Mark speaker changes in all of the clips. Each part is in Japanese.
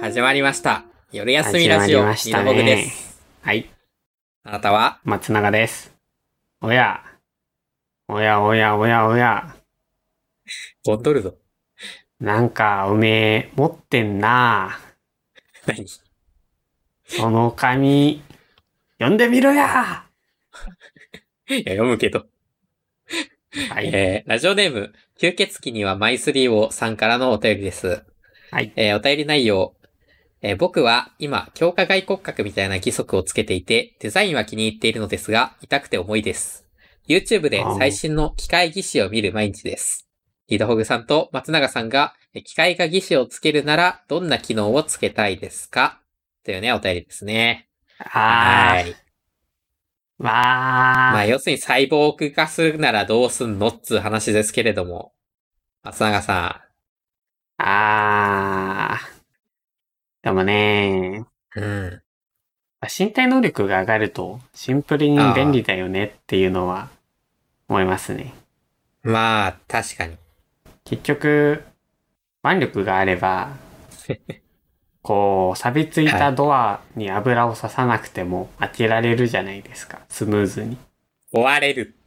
Speaker 1: 始まりました。夜休みラジオ、
Speaker 2: 始まりま
Speaker 1: ニ
Speaker 2: し
Speaker 1: ド
Speaker 2: たね
Speaker 1: ボグです。
Speaker 2: はい、
Speaker 1: あなたは、
Speaker 2: 松永です。おや。おやおやおやおや。
Speaker 1: ボトルぞ。
Speaker 2: なんか、おめえ、持ってんな。
Speaker 1: 何
Speaker 2: その紙、読んでみろや。
Speaker 1: いや、読むけど。
Speaker 2: はい。
Speaker 1: えー、ラジオネーム、吸血鬼にはマイスリーをさんからのお便りです。
Speaker 2: はい。
Speaker 1: えー、お便り内容。えー僕は今、強化外骨格みたいな義足をつけていて、デザインは気に入っているのですが、痛くて重いです。YouTube で
Speaker 2: あー
Speaker 1: 最新の機械技師を見る毎日です。リドホグさんと松永さんが、えー機械化技師をつけるなら、どんな機能をつけたいですかというね、お便りですね。
Speaker 2: あ
Speaker 1: ーい。
Speaker 2: ー、わ
Speaker 1: まあ、
Speaker 2: ー。
Speaker 1: 要するに細胞化するならどうすんのっつう話ですけれども。松永さ
Speaker 2: あー。でもね、
Speaker 1: ん。うん。
Speaker 2: 身体能力が上がると、シンプルに便利だよねっていうのは、思いますね。
Speaker 1: まあ、確かに。
Speaker 2: 結局、腕力があ れば、こう、錆びついたドアに油を刺さなくても開けられるじゃないですか。スムーズに。
Speaker 1: 追われるって。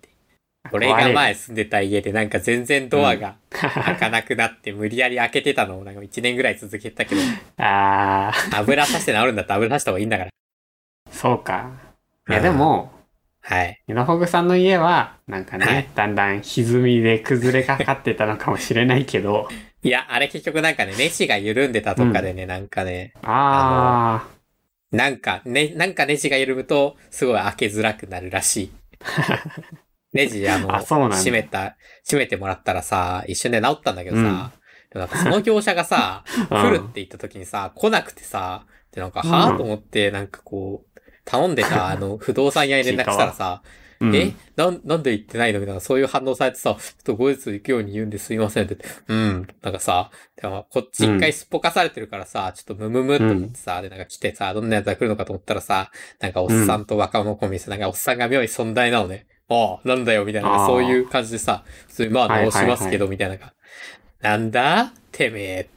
Speaker 1: 俺
Speaker 2: 壊れ
Speaker 1: が
Speaker 2: る
Speaker 1: 前住んでた家でなんか全然ドアが開かなくなって無理やり開けてたのをなんか1年ぐらい続けてたけど、
Speaker 2: あ
Speaker 1: 油さして治るんだったら油さした方がいいんだから。
Speaker 2: ー、そうか。い
Speaker 1: うん
Speaker 2: や、でも、
Speaker 1: はい。
Speaker 2: ミノホグさんの家は、なんか
Speaker 1: はい
Speaker 2: ね、だんだん歪みで崩れかかってたのかもしれない けど、
Speaker 1: いや、あれ結局なんかね、ネジが緩んでたとかでね、なんかね、
Speaker 2: あ
Speaker 1: なんかね、なんかネジが緩むと、すごい開けづらくなるら しい。ネジ、あの、
Speaker 2: あそうなんだ
Speaker 1: 閉めた、閉めてもらったらさ、一瞬で治ったんだけどさ、
Speaker 2: うん
Speaker 1: でもなんかその業者がさ、
Speaker 2: ー、
Speaker 1: 来るっ
Speaker 2: うん
Speaker 1: て言った時にさ、来なくてさ、で、なんか、
Speaker 2: うん
Speaker 1: はぁと思って、なんかこう、頼んで た、あの、不動産屋に連絡したらさ、
Speaker 2: うん
Speaker 1: えなん、なんで行ってないのみたいな、そういう反応されてさ、ちょっと後日行くように言うんですいませんって言って、うん、なんかさ、でもこっち一回すっぽかされてるからさ、ちょっとムム ムと思ってさ、で、なんか来てさ、どんなやつが来るのかと思ったらさ、なんかおっさんと若者コンビでさ、なんかおっさんが妙に存在なのね。ああ、なんだよ、みたいな、なんかそういう感じでさ、普通にまあ
Speaker 2: はいはい
Speaker 1: 直
Speaker 2: はい
Speaker 1: しますけど、みたいな、なんかなんだてめえ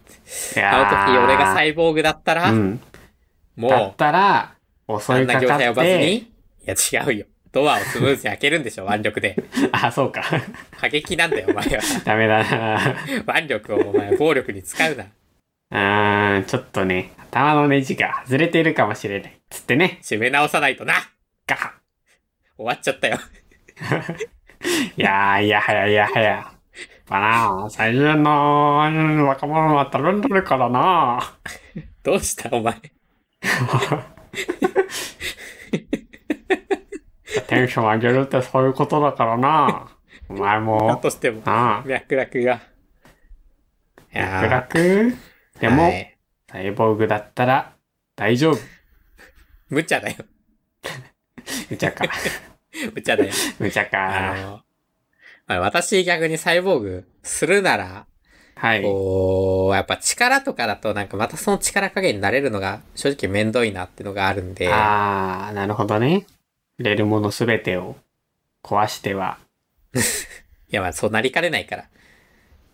Speaker 2: いや
Speaker 1: あの
Speaker 2: ー
Speaker 1: 時俺がサイボーグだったら、
Speaker 2: うん。だっ
Speaker 1: も
Speaker 2: たら、
Speaker 1: う、あ
Speaker 2: 襲
Speaker 1: ん
Speaker 2: い
Speaker 1: な
Speaker 2: か
Speaker 1: 業
Speaker 2: か
Speaker 1: 者呼ばずに、
Speaker 2: っ
Speaker 1: い
Speaker 2: て、
Speaker 1: や違うよ。ドアをスムーズに開けるんでしょ、腕力で。
Speaker 2: あ、そうか。
Speaker 1: 過激なんだよ、お前は。
Speaker 2: ダメだな。
Speaker 1: 腕力をお前は暴力に使うな。
Speaker 2: うーん、ちょっとね、頭のネジが外れているかもしれない。つってね、
Speaker 1: 締め直さないとな
Speaker 2: ガハ
Speaker 1: 終わっちゃったよ。
Speaker 2: ッいやー、いやはやいやはや。まあな、最近のうん若者はたるんでるからな。
Speaker 1: どうした、お前。
Speaker 2: テンション上げるってそういうことだからな。お前
Speaker 1: だ
Speaker 2: も、
Speaker 1: としても、
Speaker 2: なあ、
Speaker 1: 脈絡が。いやー
Speaker 2: 楽楽でも、
Speaker 1: はい
Speaker 2: サイボーグだったら大丈夫。
Speaker 1: 無茶だよ。
Speaker 2: 無茶か。
Speaker 1: 無茶だよ。
Speaker 2: 無茶
Speaker 1: あ
Speaker 2: か。
Speaker 1: の、まあ私逆にサイボーグするなら、
Speaker 2: はい。
Speaker 1: こう、やっぱ力とかだとなんかまたその力加減になれるのが正直めんどいなってのがあるんで、
Speaker 2: あー、なるほどね。触れるものすべてを壊しては。
Speaker 1: いやまあそうなりかねないから。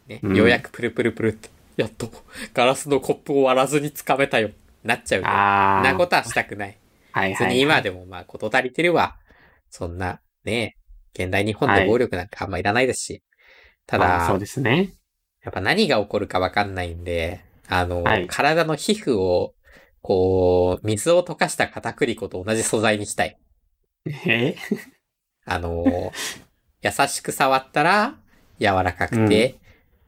Speaker 1: ね、
Speaker 2: うん
Speaker 1: ようやくプルプルプルって、やっとガラスのコップを割らずにつかめたよ、なっちゃうから。
Speaker 2: あー。
Speaker 1: なことはしたくない。
Speaker 2: はい
Speaker 1: 別
Speaker 2: は
Speaker 1: に
Speaker 2: い。
Speaker 1: 今でもまあこと足りてるわ。そんな、ね、現代日本
Speaker 2: は
Speaker 1: で
Speaker 2: い
Speaker 1: 暴力なんかあんまいらないですし。ただ、
Speaker 2: まあそうですね。
Speaker 1: やっぱ何が起こるかわかんないんで、あの、
Speaker 2: はい
Speaker 1: 体の皮膚を、こう、水を溶かした片栗粉と同じ素材にしたい。
Speaker 2: え
Speaker 1: あの、優しく触ったら柔らかくて、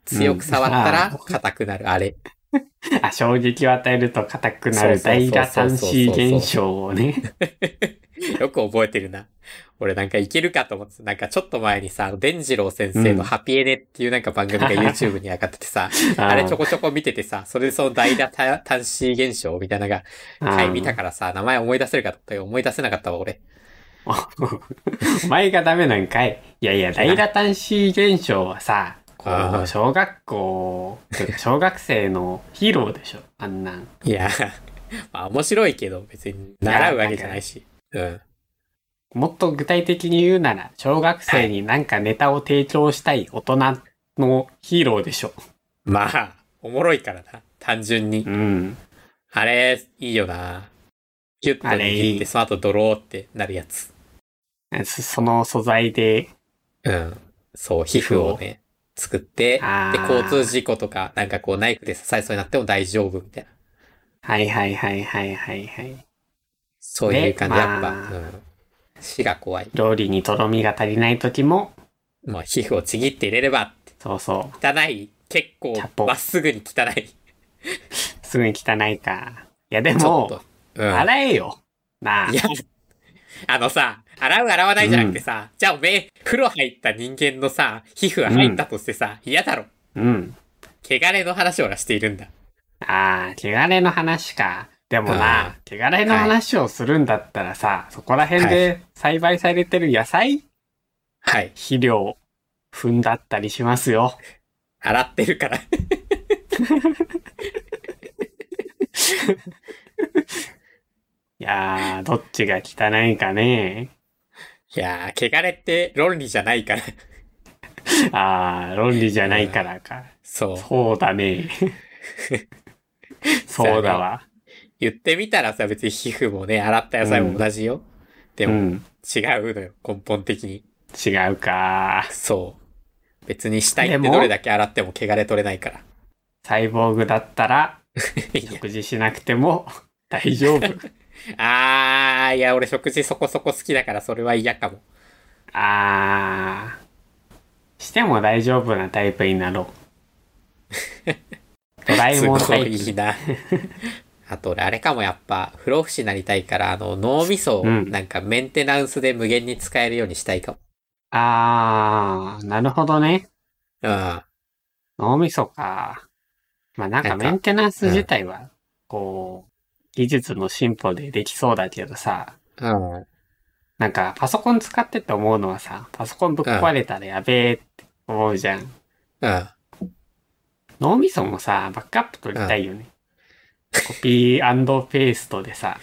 Speaker 1: 強く触った
Speaker 2: うん
Speaker 1: ら
Speaker 2: あ
Speaker 1: 硬くなる、あれ。
Speaker 2: あ、衝撃を与えると硬くなる
Speaker 1: そうそうそうそう
Speaker 2: 大ラ端子現象を ね。
Speaker 1: よく覚えてるな。俺なんかいけるかと思ってた、なんかちょっと前にさ、デンジロー先生
Speaker 2: うん
Speaker 1: のハピエネっていうなんか番組 が YouTube に上がっててさ、あれちょこちょこ見ててさ、それでその大だた端子現象みたいなのが、回見た
Speaker 2: か
Speaker 1: からさ、名前思い出せるかと思ったけど思い出せなかったわ、俺。
Speaker 2: お前がダメなんかい。いや いや、大ラ端子現象はさ、こ
Speaker 1: あー
Speaker 2: う、小 学校、てか小学生のヒーローでしょ、あんなん。
Speaker 1: いや、 まあ面白いけど、別に習うわけじゃないし。うん。
Speaker 2: もっと具体的に言うなら、小学生になんかネタを提供したい大人のヒーローでしょ。
Speaker 1: まあ、おもろいからな、単純に
Speaker 2: う。ん。
Speaker 1: あれ、いいよな。キュッと握
Speaker 2: あ
Speaker 1: っ
Speaker 2: れ
Speaker 1: て、その後ドローってなるやつ。
Speaker 2: そその素材で、
Speaker 1: うん。そう、皮膚をね、作って、で、
Speaker 2: あー
Speaker 1: 交通事故とか、なんかこうナイフで刺されそうになっても大丈夫みたいな。
Speaker 2: はいはいはいはいはいはい。
Speaker 1: そういう感じ。
Speaker 2: ね
Speaker 1: やっぱ、
Speaker 2: まあ
Speaker 1: うん。死が怖い。
Speaker 2: 料理にとろみが足りない時も、
Speaker 1: まあ、皮膚をちぎって入れればって、
Speaker 2: そうそう、
Speaker 1: 汚い。結構
Speaker 2: キャポ、
Speaker 1: まっすぐに汚い。
Speaker 2: すぐに汚いか。いや
Speaker 1: ち
Speaker 2: で
Speaker 1: ょっ
Speaker 2: も、
Speaker 1: と。うん。
Speaker 2: 洗えよ。なあ
Speaker 1: い。や、あのさ、洗う洗わないじゃなくてさ、じゃあおめえ、風呂入った人間のさ、皮膚が入ったとしてさ、嫌だろ。
Speaker 2: うん。
Speaker 1: 汚れの話を俺はしているんだ。
Speaker 2: ああ、汚れの話か。でも
Speaker 1: あ
Speaker 2: な、汚れの話をするんだったらさ、そこら辺で栽培されてる野菜、
Speaker 1: はい。
Speaker 2: 肥料、踏んだったりしますよ。
Speaker 1: 洗ってるから。
Speaker 2: いやー、どっちが汚いかね。
Speaker 1: いやー、汚れって論理じゃないから。
Speaker 2: あー、論理じゃないからか。
Speaker 1: そう。
Speaker 2: そうだ ね。そうだわ。
Speaker 1: 言ってみたらさ、別に皮膚もね、洗った野菜も同じよ。で
Speaker 2: う
Speaker 1: も、
Speaker 2: ん。
Speaker 1: 違うのよ、根本的に。
Speaker 2: 違うか。
Speaker 1: そう。別に死体って
Speaker 2: でも
Speaker 1: どれだけ洗っても汚れ取れないから。
Speaker 2: サイボーグだったら、
Speaker 1: いや
Speaker 2: 食事しなくても大 丈夫。
Speaker 1: あー、いや、俺食事そこそこ好きだから、それは嫌かも。
Speaker 2: あー。しても大丈夫なタイプになろう。 ドラえ
Speaker 1: す
Speaker 2: もん
Speaker 1: ご
Speaker 2: タイ
Speaker 1: いいい
Speaker 2: プ。
Speaker 1: な。 あと俺、あれかもやっぱ、不老不死になりたいから、あの、脳みそを
Speaker 2: うん
Speaker 1: なんかメンテナンスで無限に使えるようにしたいかも。
Speaker 2: あー、なるほどね。
Speaker 1: うん。
Speaker 2: 脳みそか。まあなん
Speaker 1: な
Speaker 2: か
Speaker 1: んか
Speaker 2: メンテナンス自体は、こう、技術の進歩でできそうだけどさ、
Speaker 1: うん。
Speaker 2: なんかパソコン使ってて思うのはさ、パソコンぶっ壊れたらやべえって思うじゃん。
Speaker 1: うん。
Speaker 2: 脳みそもさ、バックアップ取りたいよね。コピーペーストでさ、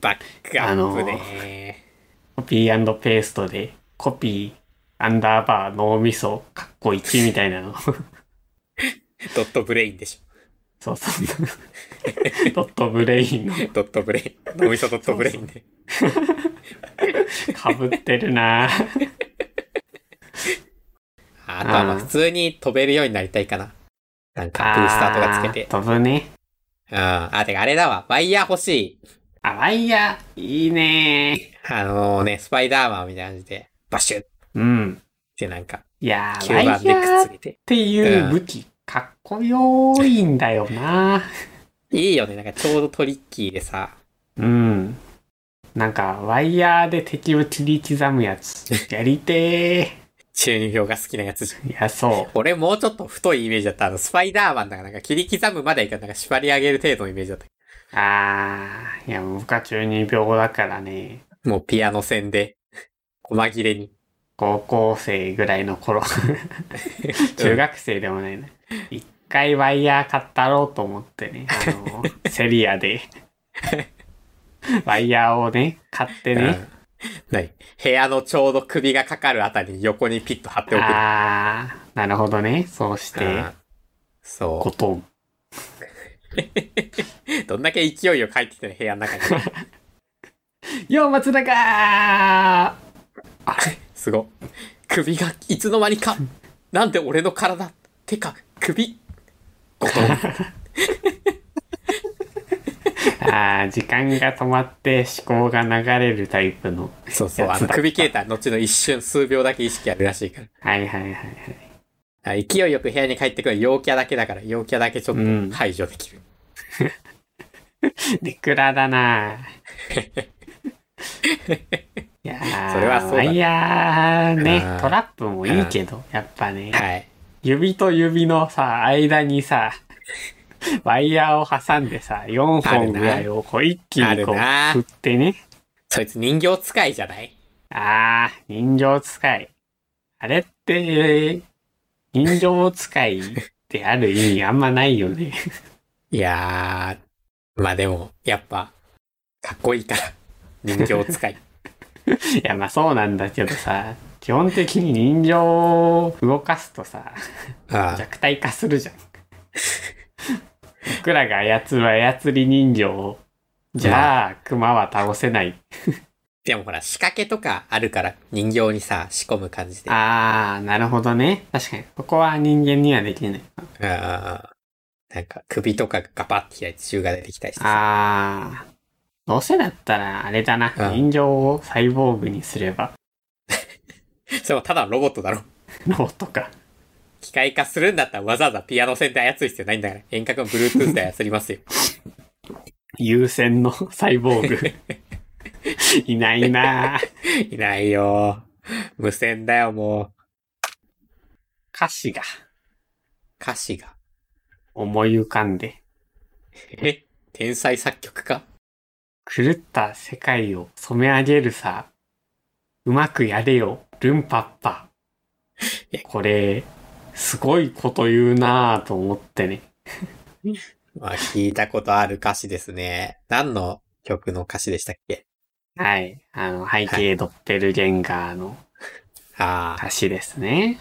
Speaker 1: バックアップね。
Speaker 2: コピーペーストで、コピー、アンダーバー、脳みそ、カッコ1みたい なの。
Speaker 1: ドットブレインでし
Speaker 2: そうそう。ドットブレインの
Speaker 1: ょ。ドットブレイン。脳みそドットブレインで。
Speaker 2: 被ってるなぁ
Speaker 1: あとはまあ
Speaker 2: うん
Speaker 1: 普通に飛べるようになりたいかな。なんか、ブースターとかつけ
Speaker 2: あ
Speaker 1: て
Speaker 2: ー。飛ぶね。
Speaker 1: うん。あ、てかあれだわ。ワイヤー欲しい。
Speaker 2: あ、ワイヤー、いいね
Speaker 1: あのね、スパイダーマンみたいな感じで、バシュッっ
Speaker 2: ーうん。
Speaker 1: てなんか、
Speaker 2: いやー、
Speaker 1: 吸
Speaker 2: ワイヤ
Speaker 1: 盤でくっ
Speaker 2: ー
Speaker 1: つ
Speaker 2: っ
Speaker 1: けて。
Speaker 2: ていう武器、かっこよーいんだよなぁ
Speaker 1: いいよね。なんかちょうどトリッキーでさ。
Speaker 2: うん。なんか、ワイヤーで敵を切り刻むやつ。やりて
Speaker 1: 中二病が好きなやつじゃん。
Speaker 2: ー。いや、そ
Speaker 1: 俺もうちょっと太いイメージだった。あの、スパイダーマンだからなんか切り刻むまではいかんなんか縛り上げる程度のイメージだった。
Speaker 2: う。あー、いや、僕は中二病だからね、
Speaker 1: もうピアノ線で、細切れに。
Speaker 2: 高校生ぐらいの頃、 中学生でもないな。一回ワイヤー買ったろうと思ってね、あの、セリアで、ワイヤーをね、買ってね、
Speaker 1: うん。ない。部屋のちょうど首がかかるあたりに横にピッと貼っておく。
Speaker 2: あー、なるほどね、そうし
Speaker 1: う
Speaker 2: て
Speaker 1: ん、そ
Speaker 2: コトン。
Speaker 1: う。どんだけ勢いを書いてきてる部屋の中に。
Speaker 2: よう、松永ー
Speaker 1: すご。 首がいつの間にか。なんで俺の体。てか、首。ゴトン
Speaker 2: ああ、時間が止まって思考が流れるタイプの。
Speaker 1: そうそう。
Speaker 2: や
Speaker 1: あ
Speaker 2: つ
Speaker 1: の
Speaker 2: だった
Speaker 1: 首携帯後の一瞬数秒だけ意識あるらしいから。
Speaker 2: はいはいはいはい。
Speaker 1: あ勢いよく部屋に帰ってくる陽キャだけだから、陽キャだけちょっ
Speaker 2: うん
Speaker 1: と排除できる。
Speaker 2: ネクラ だなぁいやー
Speaker 1: それはそうだ
Speaker 2: ワイヤー
Speaker 1: う
Speaker 2: ね
Speaker 1: ん、
Speaker 2: トラップもいいけど、やっぱね、
Speaker 1: はい。
Speaker 2: 指と指のさ、間 にさ、ワイヤーを挟んでさ、4本ぐらいをこう一気
Speaker 1: あ
Speaker 2: に
Speaker 1: る
Speaker 2: こう、
Speaker 1: な
Speaker 2: 振ってね。
Speaker 1: そいつ人形使いじゃない
Speaker 2: ああ、人形使い。あれって、人形使いってある意味あんまないよね。
Speaker 1: いやー、まあでも、やっぱ、かっこいい から。人形使い。
Speaker 2: いや、まあそうなんだけどさ、基本的に人形を動かすとさ、
Speaker 1: ああ
Speaker 2: 弱体化するじゃん。僕らが操る操り人形を、じゃあ、熊は倒せない。
Speaker 1: でもほら、仕掛けとかあるから、人形にさ、仕込む感じで。あ
Speaker 2: あー、なるほどね。確かに。ここは人間にはできない。
Speaker 1: あー。なんか、首とかがガパッて開いて銃が出てきたりしてさ。
Speaker 2: あー。どうせだったら、あれだな。
Speaker 1: うん
Speaker 2: 人形をサイボーグにすれば、
Speaker 1: それもただのロボットだろ。
Speaker 2: ロボットか。
Speaker 1: 機械化するんだったらわざわざピアノ線で操る必要ないんだから、遠隔の Bluetooth で操りますよ。
Speaker 2: 優先のサイボ ーグ。いないなぁ
Speaker 1: いないよ。無線だよ、もう。
Speaker 2: 歌詞が
Speaker 1: 歌詞が。
Speaker 2: 思い浮かんで、
Speaker 1: え天才作曲家
Speaker 2: 狂った世界を染め上げるさ。うまくやれよ、ルンパッパ
Speaker 1: え。
Speaker 2: これ、すごいこと言うなぁと思ってね。
Speaker 1: まあ、聞いたことある歌詞ですね。何の曲の歌詞でしたっけ
Speaker 2: はい。あの、背景ドッペルゲンガーの
Speaker 1: ああ、
Speaker 2: 歌詞ですね。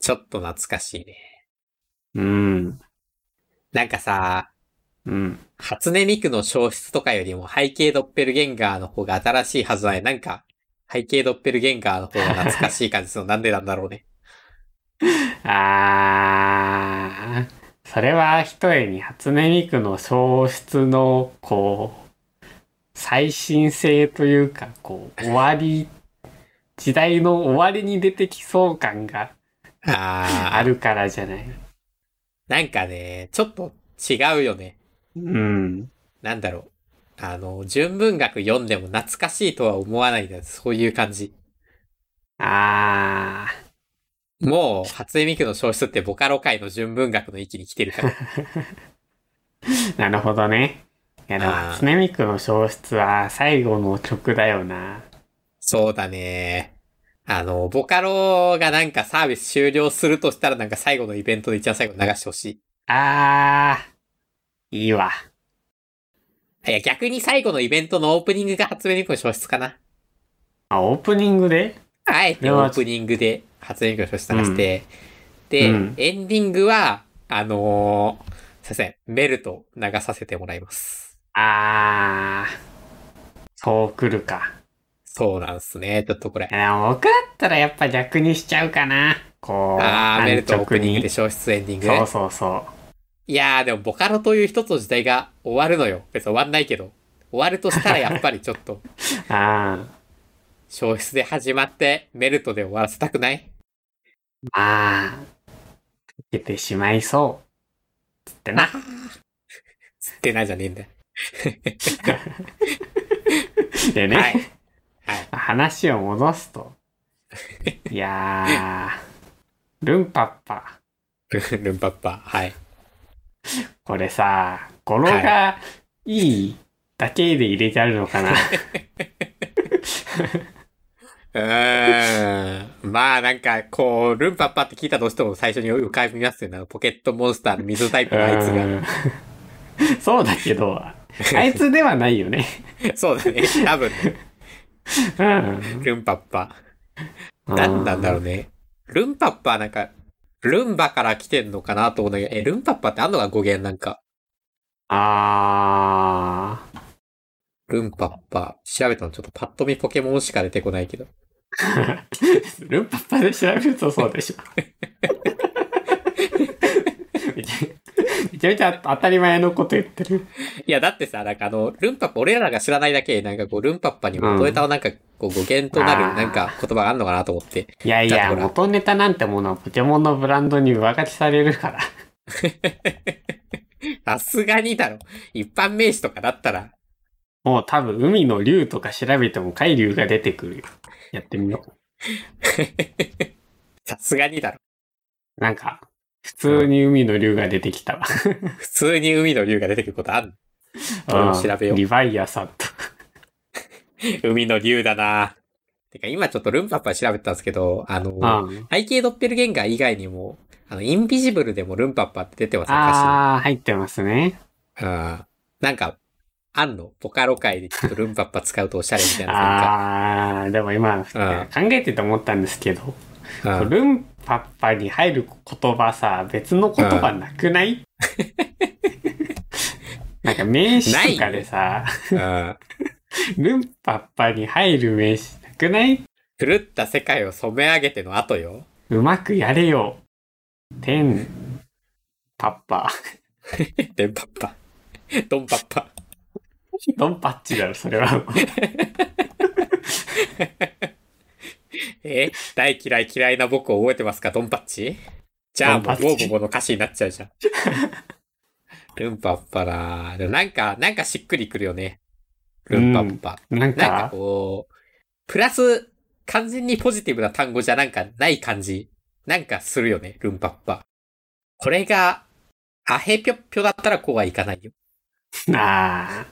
Speaker 1: ちょっと懐かしいね。
Speaker 2: うん。
Speaker 1: なんかさ、
Speaker 2: うん。
Speaker 1: 初音ミクの消失とかよりも背景ドッペルゲンガーの方が新しいはずだね。なんか、背景ドッペルゲンガーの方が懐かしい感じするの。なんでなんだろうね。
Speaker 2: あー。それはひとえに初音ミクの消失の、こう、最新性というか、こう、終わり、時代の終わりに出てきそう感が
Speaker 1: ああ
Speaker 2: あ、るからじゃない。
Speaker 1: なんかね、ちょっと違うよね。
Speaker 2: うん。
Speaker 1: なんだろう。あの、純文学読んでも懐かしいとは思わないんだよ。そういう感じ。
Speaker 2: あー。
Speaker 1: もう、初音ミクの消失ってボカロ界の純文学の域に来てるから。
Speaker 2: なるほどね。いやでも、
Speaker 1: あー
Speaker 2: 初音ミクの消失は最後の曲だよな。
Speaker 1: そうだね。あの、ボカロがなんかサービス終了するとしたらなんか最後のイベントで一番最後に流してほしい。
Speaker 2: あー。いいわ。
Speaker 1: いや、逆に最後のイベントのオープニングが初音ミクの消失かな。
Speaker 2: あ、オープニングで
Speaker 1: あえて
Speaker 2: で
Speaker 1: オ
Speaker 2: は
Speaker 1: ープニングで初音ミクの消失流して、で、
Speaker 2: うん
Speaker 1: エンディングは、あのーすいません、メルト流させてもらいます。
Speaker 2: あー。そうくるか。
Speaker 1: そうなんすね。ちょっとこれ
Speaker 2: い。やでも僕だったらやっぱ逆にしちゃうかな。こう、
Speaker 1: あー、メルトオープニングで
Speaker 2: し
Speaker 1: 消失エンディングね
Speaker 2: そうそうそ
Speaker 1: いやー、でもボカロという一つの時代が終わるのよ。別に終わんないけど。終わると したらやっぱりちょっと、
Speaker 2: う。あ
Speaker 1: 消失で始まって、メルトで終わらせたくない
Speaker 2: ー。まあ、溶けてしまいそう。つってな。
Speaker 1: つってないじゃねえんだよ。
Speaker 2: でね、
Speaker 1: はい。はい。
Speaker 2: 話を戻す と。いやー、ルンパッパ。
Speaker 1: ルンルンパッパ。はい。
Speaker 2: これさ、語呂がいいだけで入れてあるの かな。
Speaker 1: うーん。まあなんか、こう、ルンパッパって聞いたらどうしても最初に浮かびますよね。ポケットモンスターの水タイプのあいつ
Speaker 2: う
Speaker 1: が。
Speaker 2: んそうだけど、あいつではないよね。
Speaker 1: そうだね。多分ね。
Speaker 2: うん。
Speaker 1: ルンパッパ。なんなんだろうね。ルンパッパはなんか、ルンバから来てんのかなと思うんだけど、え、ルンパッパってあんのが語源なんか。
Speaker 2: あ
Speaker 1: ルンパッパ。調べたのちょっとパッと見ポケモンしか出てこないけど。
Speaker 2: ー。ルンパッパで調べるとそうでしょ。 めちゃめちゃめちゃ当たり前のこと言ってる。
Speaker 1: いや、だってさ、なんかあの、ルンパッパ、俺らが知らないだけで、なんかこう、ルンパッパに元ネタをなんか、こう、語源とな
Speaker 2: あ
Speaker 1: る、
Speaker 2: ー
Speaker 1: なんか言葉があるのかなと思って。
Speaker 2: いやい
Speaker 1: だって
Speaker 2: や、
Speaker 1: ほら
Speaker 2: 元ネタなんてものはポケモンのブランドに上書きされるから。
Speaker 1: さすがにだろ。一般名詞とかだったら、
Speaker 2: もう多分海の竜とか調べても海竜が出てくるよ。やってみよ
Speaker 1: さすがにだろ。
Speaker 2: う。なんか、普通に海の竜が出てきたわ。
Speaker 1: 普通に海の竜が出てくることある。俺も調べよう
Speaker 2: リヴァイアさんと。
Speaker 1: 海の竜だなてか、今ちょっとルンパッパ調べたんですけど、あの、
Speaker 2: うん
Speaker 1: 背景ドッペルゲンガー以外にも、あの、インビジブルでもルンパッパって出てますよ、歌詞に
Speaker 2: あー、入ってますね。
Speaker 1: うんなんか、あんのボカロ界でちょっとルンパッパ使うとおしゃれみたいなさ
Speaker 2: あー、でも今、考えてて思ったんですけど、
Speaker 1: なんか。うん
Speaker 2: ルンパ ッパに入る言葉さ、別の言葉なくない、なんか名詞とかでさ、
Speaker 1: うん。
Speaker 2: ルンパッパに入る名詞なくない
Speaker 1: 狂った世界を染め上げての後よ。
Speaker 2: うまくやれよ。てん、パッパ。
Speaker 1: でんぱっぱ。どんぱっぱ。
Speaker 2: ドンパッチだろ、それは。
Speaker 1: え大嫌い嫌いな僕を覚えてますかドンパッチじゃあもう、
Speaker 2: ド
Speaker 1: ボ
Speaker 2: ンパッ
Speaker 1: ー
Speaker 2: チ
Speaker 1: ボボの歌詞になっちゃうじゃ ん。ルンパッパなでもなんか、なんかしっくりくるよね。ルンパッパ。
Speaker 2: なん
Speaker 1: なんか
Speaker 2: か、
Speaker 1: こう、プラス、完全にポジティブな単語じゃなんかない感じ。なんかするよね、ルンパッパ。これが、アヘピョッピョだったらこうはいかないよ。
Speaker 2: あ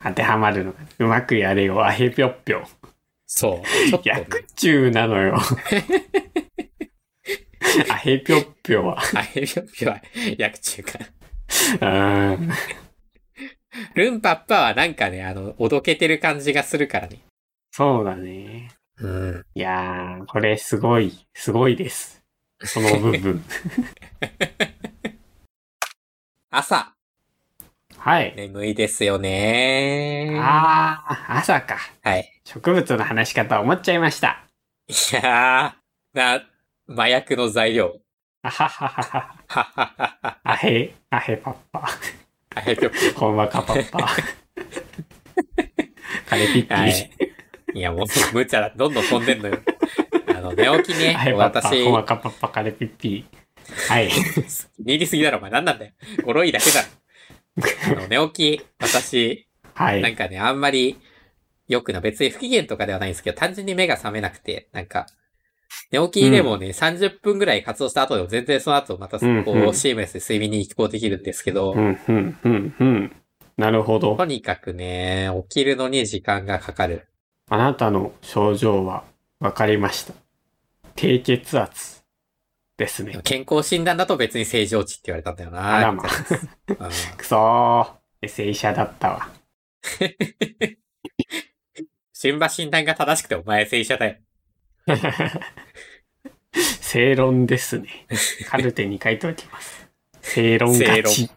Speaker 2: あ、当てはまるのが。うまくやれよ、アヘぴょっぴょ。
Speaker 1: そう。ちょっとね、
Speaker 2: 逆中なの よ。アヘぴょっぴょは。
Speaker 1: アヘピョッピョは、 役中か。
Speaker 2: うん。
Speaker 1: ルンパッパはなんかね、あの、おどけてる感じがするからね。
Speaker 2: そうだね。
Speaker 1: うん。
Speaker 2: いやー、これすごい、すごいです。その 部分。
Speaker 1: 朝、
Speaker 2: はい。
Speaker 1: 眠いですよね。
Speaker 2: ああ、朝か。
Speaker 1: はい。
Speaker 2: 植物の話し方思っちゃいました。
Speaker 1: いやー、な、麻薬の材料。
Speaker 2: あはははは。
Speaker 1: はっはっはっは。
Speaker 2: アヘ、アヘパッパ。
Speaker 1: アヘピョッピ
Speaker 2: ほんまかパ ッパ。カレピッ
Speaker 1: ョ。
Speaker 2: ピ。
Speaker 1: はい。いや、もう、無茶だ。どんどん飛んでんのよ。あの、寝起き
Speaker 2: アヘ
Speaker 1: ね、
Speaker 2: パッパ、
Speaker 1: 私
Speaker 2: ほん、まかパッパ、カレピッピ。はい。
Speaker 1: 寝入りすぎだろ、お前。なんなんだよ。ゴロいだけだろ。あの、寝起き、私、
Speaker 2: は
Speaker 1: なん
Speaker 2: い。
Speaker 1: かね、あんまり良くな、別に不機嫌とかではないんですけど、単純に目が覚めなくて、なんか、寝起きでもね、30分ぐらい活動した後でも全然その後またこう、
Speaker 2: うんうん
Speaker 1: シームレスで睡眠に移行できるんですけど、
Speaker 2: うん、うん、うん、うん。なるほど
Speaker 1: と。にかくね、起きるのに時間がかかる。
Speaker 2: あなたの症状は分かりました。低血圧です
Speaker 1: で
Speaker 2: ね
Speaker 1: も。健康診断だと別に正常値って言われたんだよな。
Speaker 2: あらま
Speaker 1: みたいなうん
Speaker 2: くそー。エセ医者だったわ。
Speaker 1: 新馬診断が正しくてお前正社だよ。
Speaker 2: 正論です ね。カルテに書いておきます。正論勝
Speaker 1: 正
Speaker 2: ち。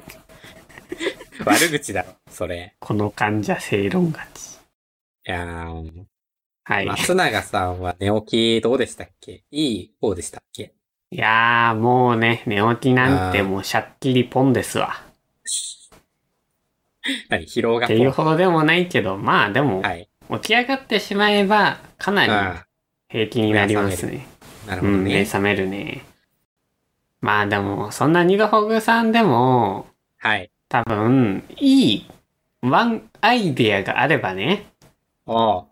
Speaker 1: 悪口だろ、それ。
Speaker 2: この患者正論勝ち。
Speaker 1: いやー
Speaker 2: はい。
Speaker 1: 松永さんは寝起きどうでしたっけいい方でしたっけ
Speaker 2: いやー、もうね、寝起きなんて
Speaker 1: あー
Speaker 2: もうシャッキリポンですわ。
Speaker 1: 何疲労が
Speaker 2: っていうほどでもないけど、まあでも、
Speaker 1: はい。
Speaker 2: 起き上がってしまえば、かなり
Speaker 1: あ
Speaker 2: 平気になりますね。
Speaker 1: あ、なる
Speaker 2: う
Speaker 1: ほど
Speaker 2: ん、目
Speaker 1: ね。
Speaker 2: 覚めるね。まあでも、そんな二度ほぐさんでも、
Speaker 1: はい。
Speaker 2: 多分、いい、ワンアイデアがあればね、
Speaker 1: おう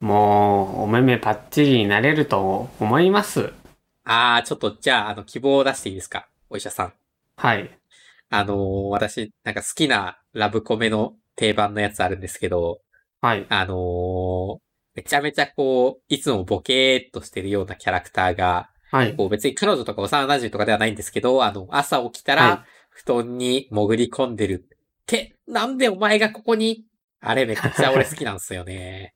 Speaker 2: もう、お目目パッチリになれると思います。
Speaker 1: ああ、ちょっと、じゃあ、あの、希望を出していいですかお医者さん。
Speaker 2: はい。
Speaker 1: あのー私、なんか好きなラブコメの定番のやつあるんですけど、
Speaker 2: はい。
Speaker 1: あのーめちゃめちゃこう、いつもボケーっとしてるようなキャラクターが、
Speaker 2: はい。
Speaker 1: こう別に彼女とか幼馴染とかではないんですけど、あの、朝起きたら
Speaker 2: は、
Speaker 1: 布団に潜り込んでる。って、なんでお前がここにあれめっちゃ俺好きなんですよね。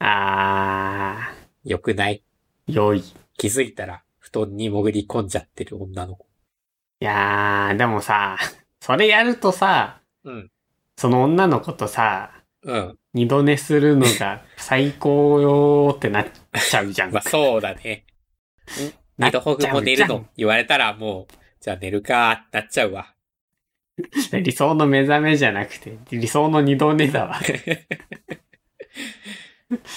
Speaker 2: あ
Speaker 1: よくない
Speaker 2: ー、良い。
Speaker 1: 気づいたら布団に潜り込んじゃってる女の子。
Speaker 2: いやー、でもさ、それやるとさ、
Speaker 1: うん。
Speaker 2: その女の子とさ、
Speaker 1: うん。
Speaker 2: 二度寝するのが最高よーってなっちゃうじゃん。
Speaker 1: まあそうだね。二
Speaker 2: なっちゃ
Speaker 1: 度
Speaker 2: う
Speaker 1: ほぐも寝る
Speaker 2: じゃ
Speaker 1: の
Speaker 2: ん
Speaker 1: 言われたらもう、じゃあ寝るかーなっちゃうわ。
Speaker 2: 理想の目覚めじゃなくて、理想の二度寝だわ。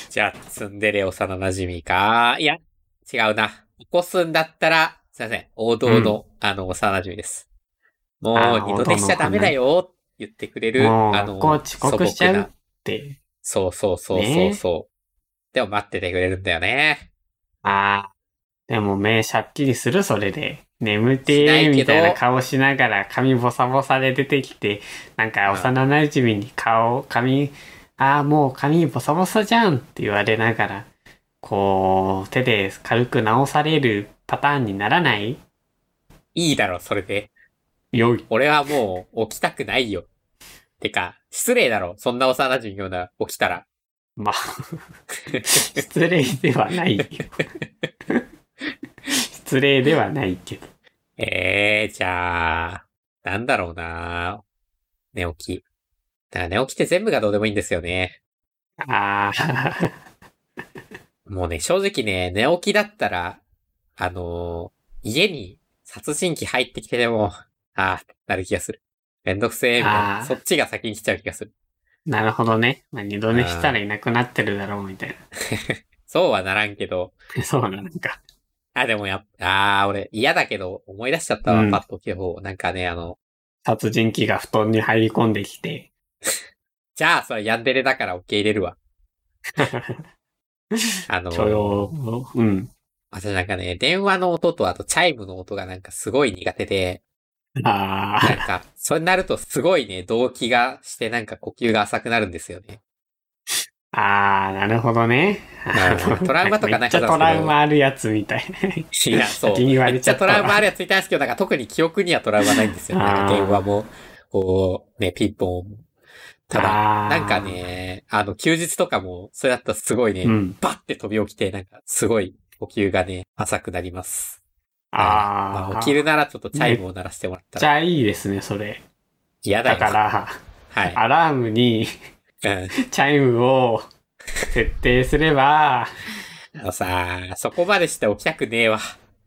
Speaker 1: じゃあ、ツンデレ幼馴染かー。いや、違うな。起こすんだったら、すいません。王道の、あの、幼馴染です。もう
Speaker 2: あー
Speaker 1: 二度寝しちゃダメだよーって言ってくれる、
Speaker 2: もう
Speaker 1: あの、
Speaker 2: 学校遅刻しち
Speaker 1: 素
Speaker 2: ゃう
Speaker 1: 朴
Speaker 2: っ
Speaker 1: な
Speaker 2: て。
Speaker 1: そうそうそうそうそう。でも待っててくれるんだよね。
Speaker 2: あー、でも目シャッキリするそれで。眠て
Speaker 1: しないけ
Speaker 2: ー
Speaker 1: ど
Speaker 2: みたいな顔しながら髪ボサボサで出てきて、なんか幼馴染に顔、髪、あーもう髪ボサボサじゃんって言われながら、こう、手で軽く直されるパターンにならない
Speaker 1: いいだろ、それで。
Speaker 2: 良い。
Speaker 1: 俺はもう起きたくないよ。てか、失礼だろ。そんな幼馴染ような起きたら。
Speaker 2: まあ、失礼ではないよ。失礼ではないけど。
Speaker 1: ええー、じゃあ、なんだろうな。寝起き。だから寝起きって全部がどうでもいいんですよね。
Speaker 2: ああ、
Speaker 1: もうね、正直ね、寝起きだったら、あのー家に殺人鬼入ってきてでも、ああ、なる気がする。めんどくせえ、みたい
Speaker 2: あ
Speaker 1: な。
Speaker 2: ー
Speaker 1: そっちが先に来ちゃう気がする。
Speaker 2: なるほどね。まあ、二度寝したらいなくなってるだろうみたい
Speaker 1: そうはならんけど、
Speaker 2: な。そうなのか。
Speaker 1: あ、でもやっ、ああ、俺嫌だけど思い出しちゃったわ、
Speaker 2: うん
Speaker 1: パッと起きた方。なんかね、あの、
Speaker 2: 殺人鬼が布団に入り込んできて、
Speaker 1: じゃあ、それはヤンデレだから受け入れる わ。あの、
Speaker 2: 許容を、うん。
Speaker 1: 私なんかね、電話の音とあとチャイムの音がなんかすごい苦手で、
Speaker 2: あ
Speaker 1: な
Speaker 2: あ、
Speaker 1: んか、それになるとすごいね、動悸がしてなんか呼吸が浅くなるんですよ ね。
Speaker 2: ああ、なるほどね。
Speaker 1: なるほどトラウマとか
Speaker 2: め
Speaker 1: な
Speaker 2: っ
Speaker 1: い
Speaker 2: ちゃトラウマあるやつみたい
Speaker 1: いや、そう。
Speaker 2: 先に言わ
Speaker 1: め
Speaker 2: れ
Speaker 1: っ
Speaker 2: ち
Speaker 1: ち
Speaker 2: ゃ
Speaker 1: ゃ
Speaker 2: った
Speaker 1: ト
Speaker 2: わ
Speaker 1: ラウマあるやつに対してはなんか特に記憶にはトラウマないんですよ。
Speaker 2: あー
Speaker 1: なんか電話も、こう、ね、ピンポン。ただ、
Speaker 2: な。あー
Speaker 1: なんか、ね、あの、休日とかも、それだったらすごいね、
Speaker 2: うん。
Speaker 1: バッて飛び起きて、なんか、すごい呼吸がね、浅くなります。
Speaker 2: あ
Speaker 1: ま
Speaker 2: あ、
Speaker 1: あ起きるならちょっとチャイムを鳴らしてもらった
Speaker 2: じ
Speaker 1: ら
Speaker 2: ゃあいいですね、それ。
Speaker 1: 嫌だ
Speaker 2: だ
Speaker 1: よ。
Speaker 2: から、
Speaker 1: はい。
Speaker 2: アラームに
Speaker 1: うん
Speaker 2: チャイムを設定すれば、
Speaker 1: あのさ、そこまでして起きたくねえわ。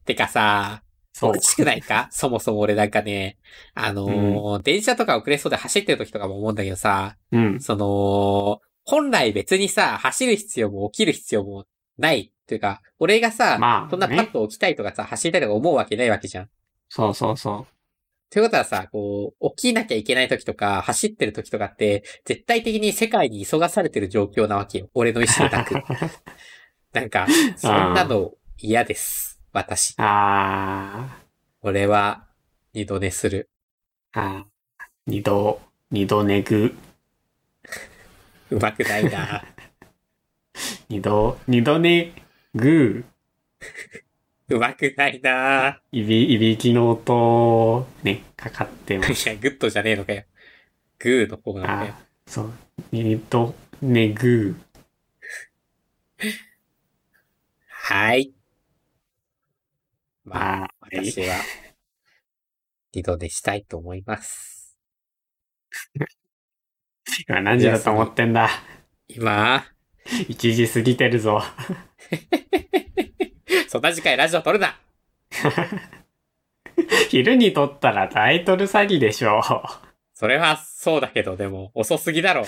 Speaker 1: てかさ、
Speaker 2: そう
Speaker 1: おか。しくないかそもそも俺なんかね、あのー電車とか遅れそうで走ってる時とかも思うんだけどさ、
Speaker 2: うん。
Speaker 1: その、本来別にさ、走る必要も起きる必要もないっていうか、俺がさ、
Speaker 2: まあ
Speaker 1: そんなパ
Speaker 2: ね
Speaker 1: ッと起きたいとかさ、走りたいとか思うわけないわけじゃん。
Speaker 2: そうそうそ
Speaker 1: ということはさ、こう、起きなきゃいけない時とか、走ってる時とかって、絶対的に世界に急がされてる状況なわけよ。俺の意思 なく。なんか、そんなの嫌です。私。
Speaker 2: う。あ
Speaker 1: 俺は、二度寝する。
Speaker 2: あ、あー二度、二度寝ぐ、
Speaker 1: うまくないな
Speaker 2: 二度、二度寝ぐ、
Speaker 1: うまくないない
Speaker 2: び、いびきの音、ね、かかってます。
Speaker 1: いや、グッドじゃねえのかよ。グーの方なんだ
Speaker 2: あー
Speaker 1: よ。
Speaker 2: そう。二度寝ぐ、
Speaker 1: はい。まあ、
Speaker 2: あーはい
Speaker 1: 私は、二度寝したいと思います。
Speaker 2: 今何時だと思ってんだ。
Speaker 1: 今、
Speaker 2: 一時過ぎてるぞ。
Speaker 1: そんな時間にラジオ撮るな
Speaker 2: 昼に撮ったらタイトル詐欺でしょ
Speaker 1: それはそうだけど、でも遅すぎだろ。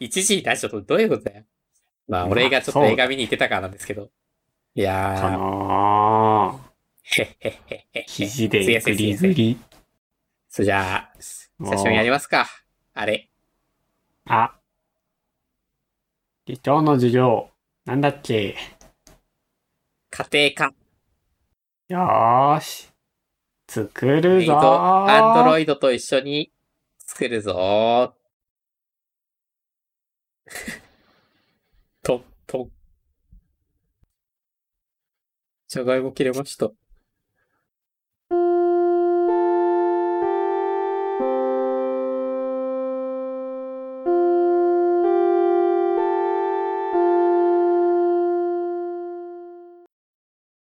Speaker 1: 一時にラジオとどういうことだよ。まあ、
Speaker 2: まあ
Speaker 1: 俺がちょっと映画見に行ってたからなんですけど。い
Speaker 2: そ
Speaker 1: や
Speaker 2: の、
Speaker 1: ー、へっへっへっへっへ。
Speaker 2: 肘
Speaker 1: すい
Speaker 2: で
Speaker 1: ませ
Speaker 2: グ
Speaker 1: んすい
Speaker 2: リ
Speaker 1: ません
Speaker 2: グリ。
Speaker 1: それじゃあ、最初にやりますか。あれ。
Speaker 2: あ。で今日の授業、なんだっけ
Speaker 1: 家庭科、
Speaker 2: よーし。作る
Speaker 1: メイ
Speaker 2: ぞ
Speaker 1: ド、
Speaker 2: ー。
Speaker 1: アンドロイドと一緒に作るぞー。と、と。じゃがいも切れました。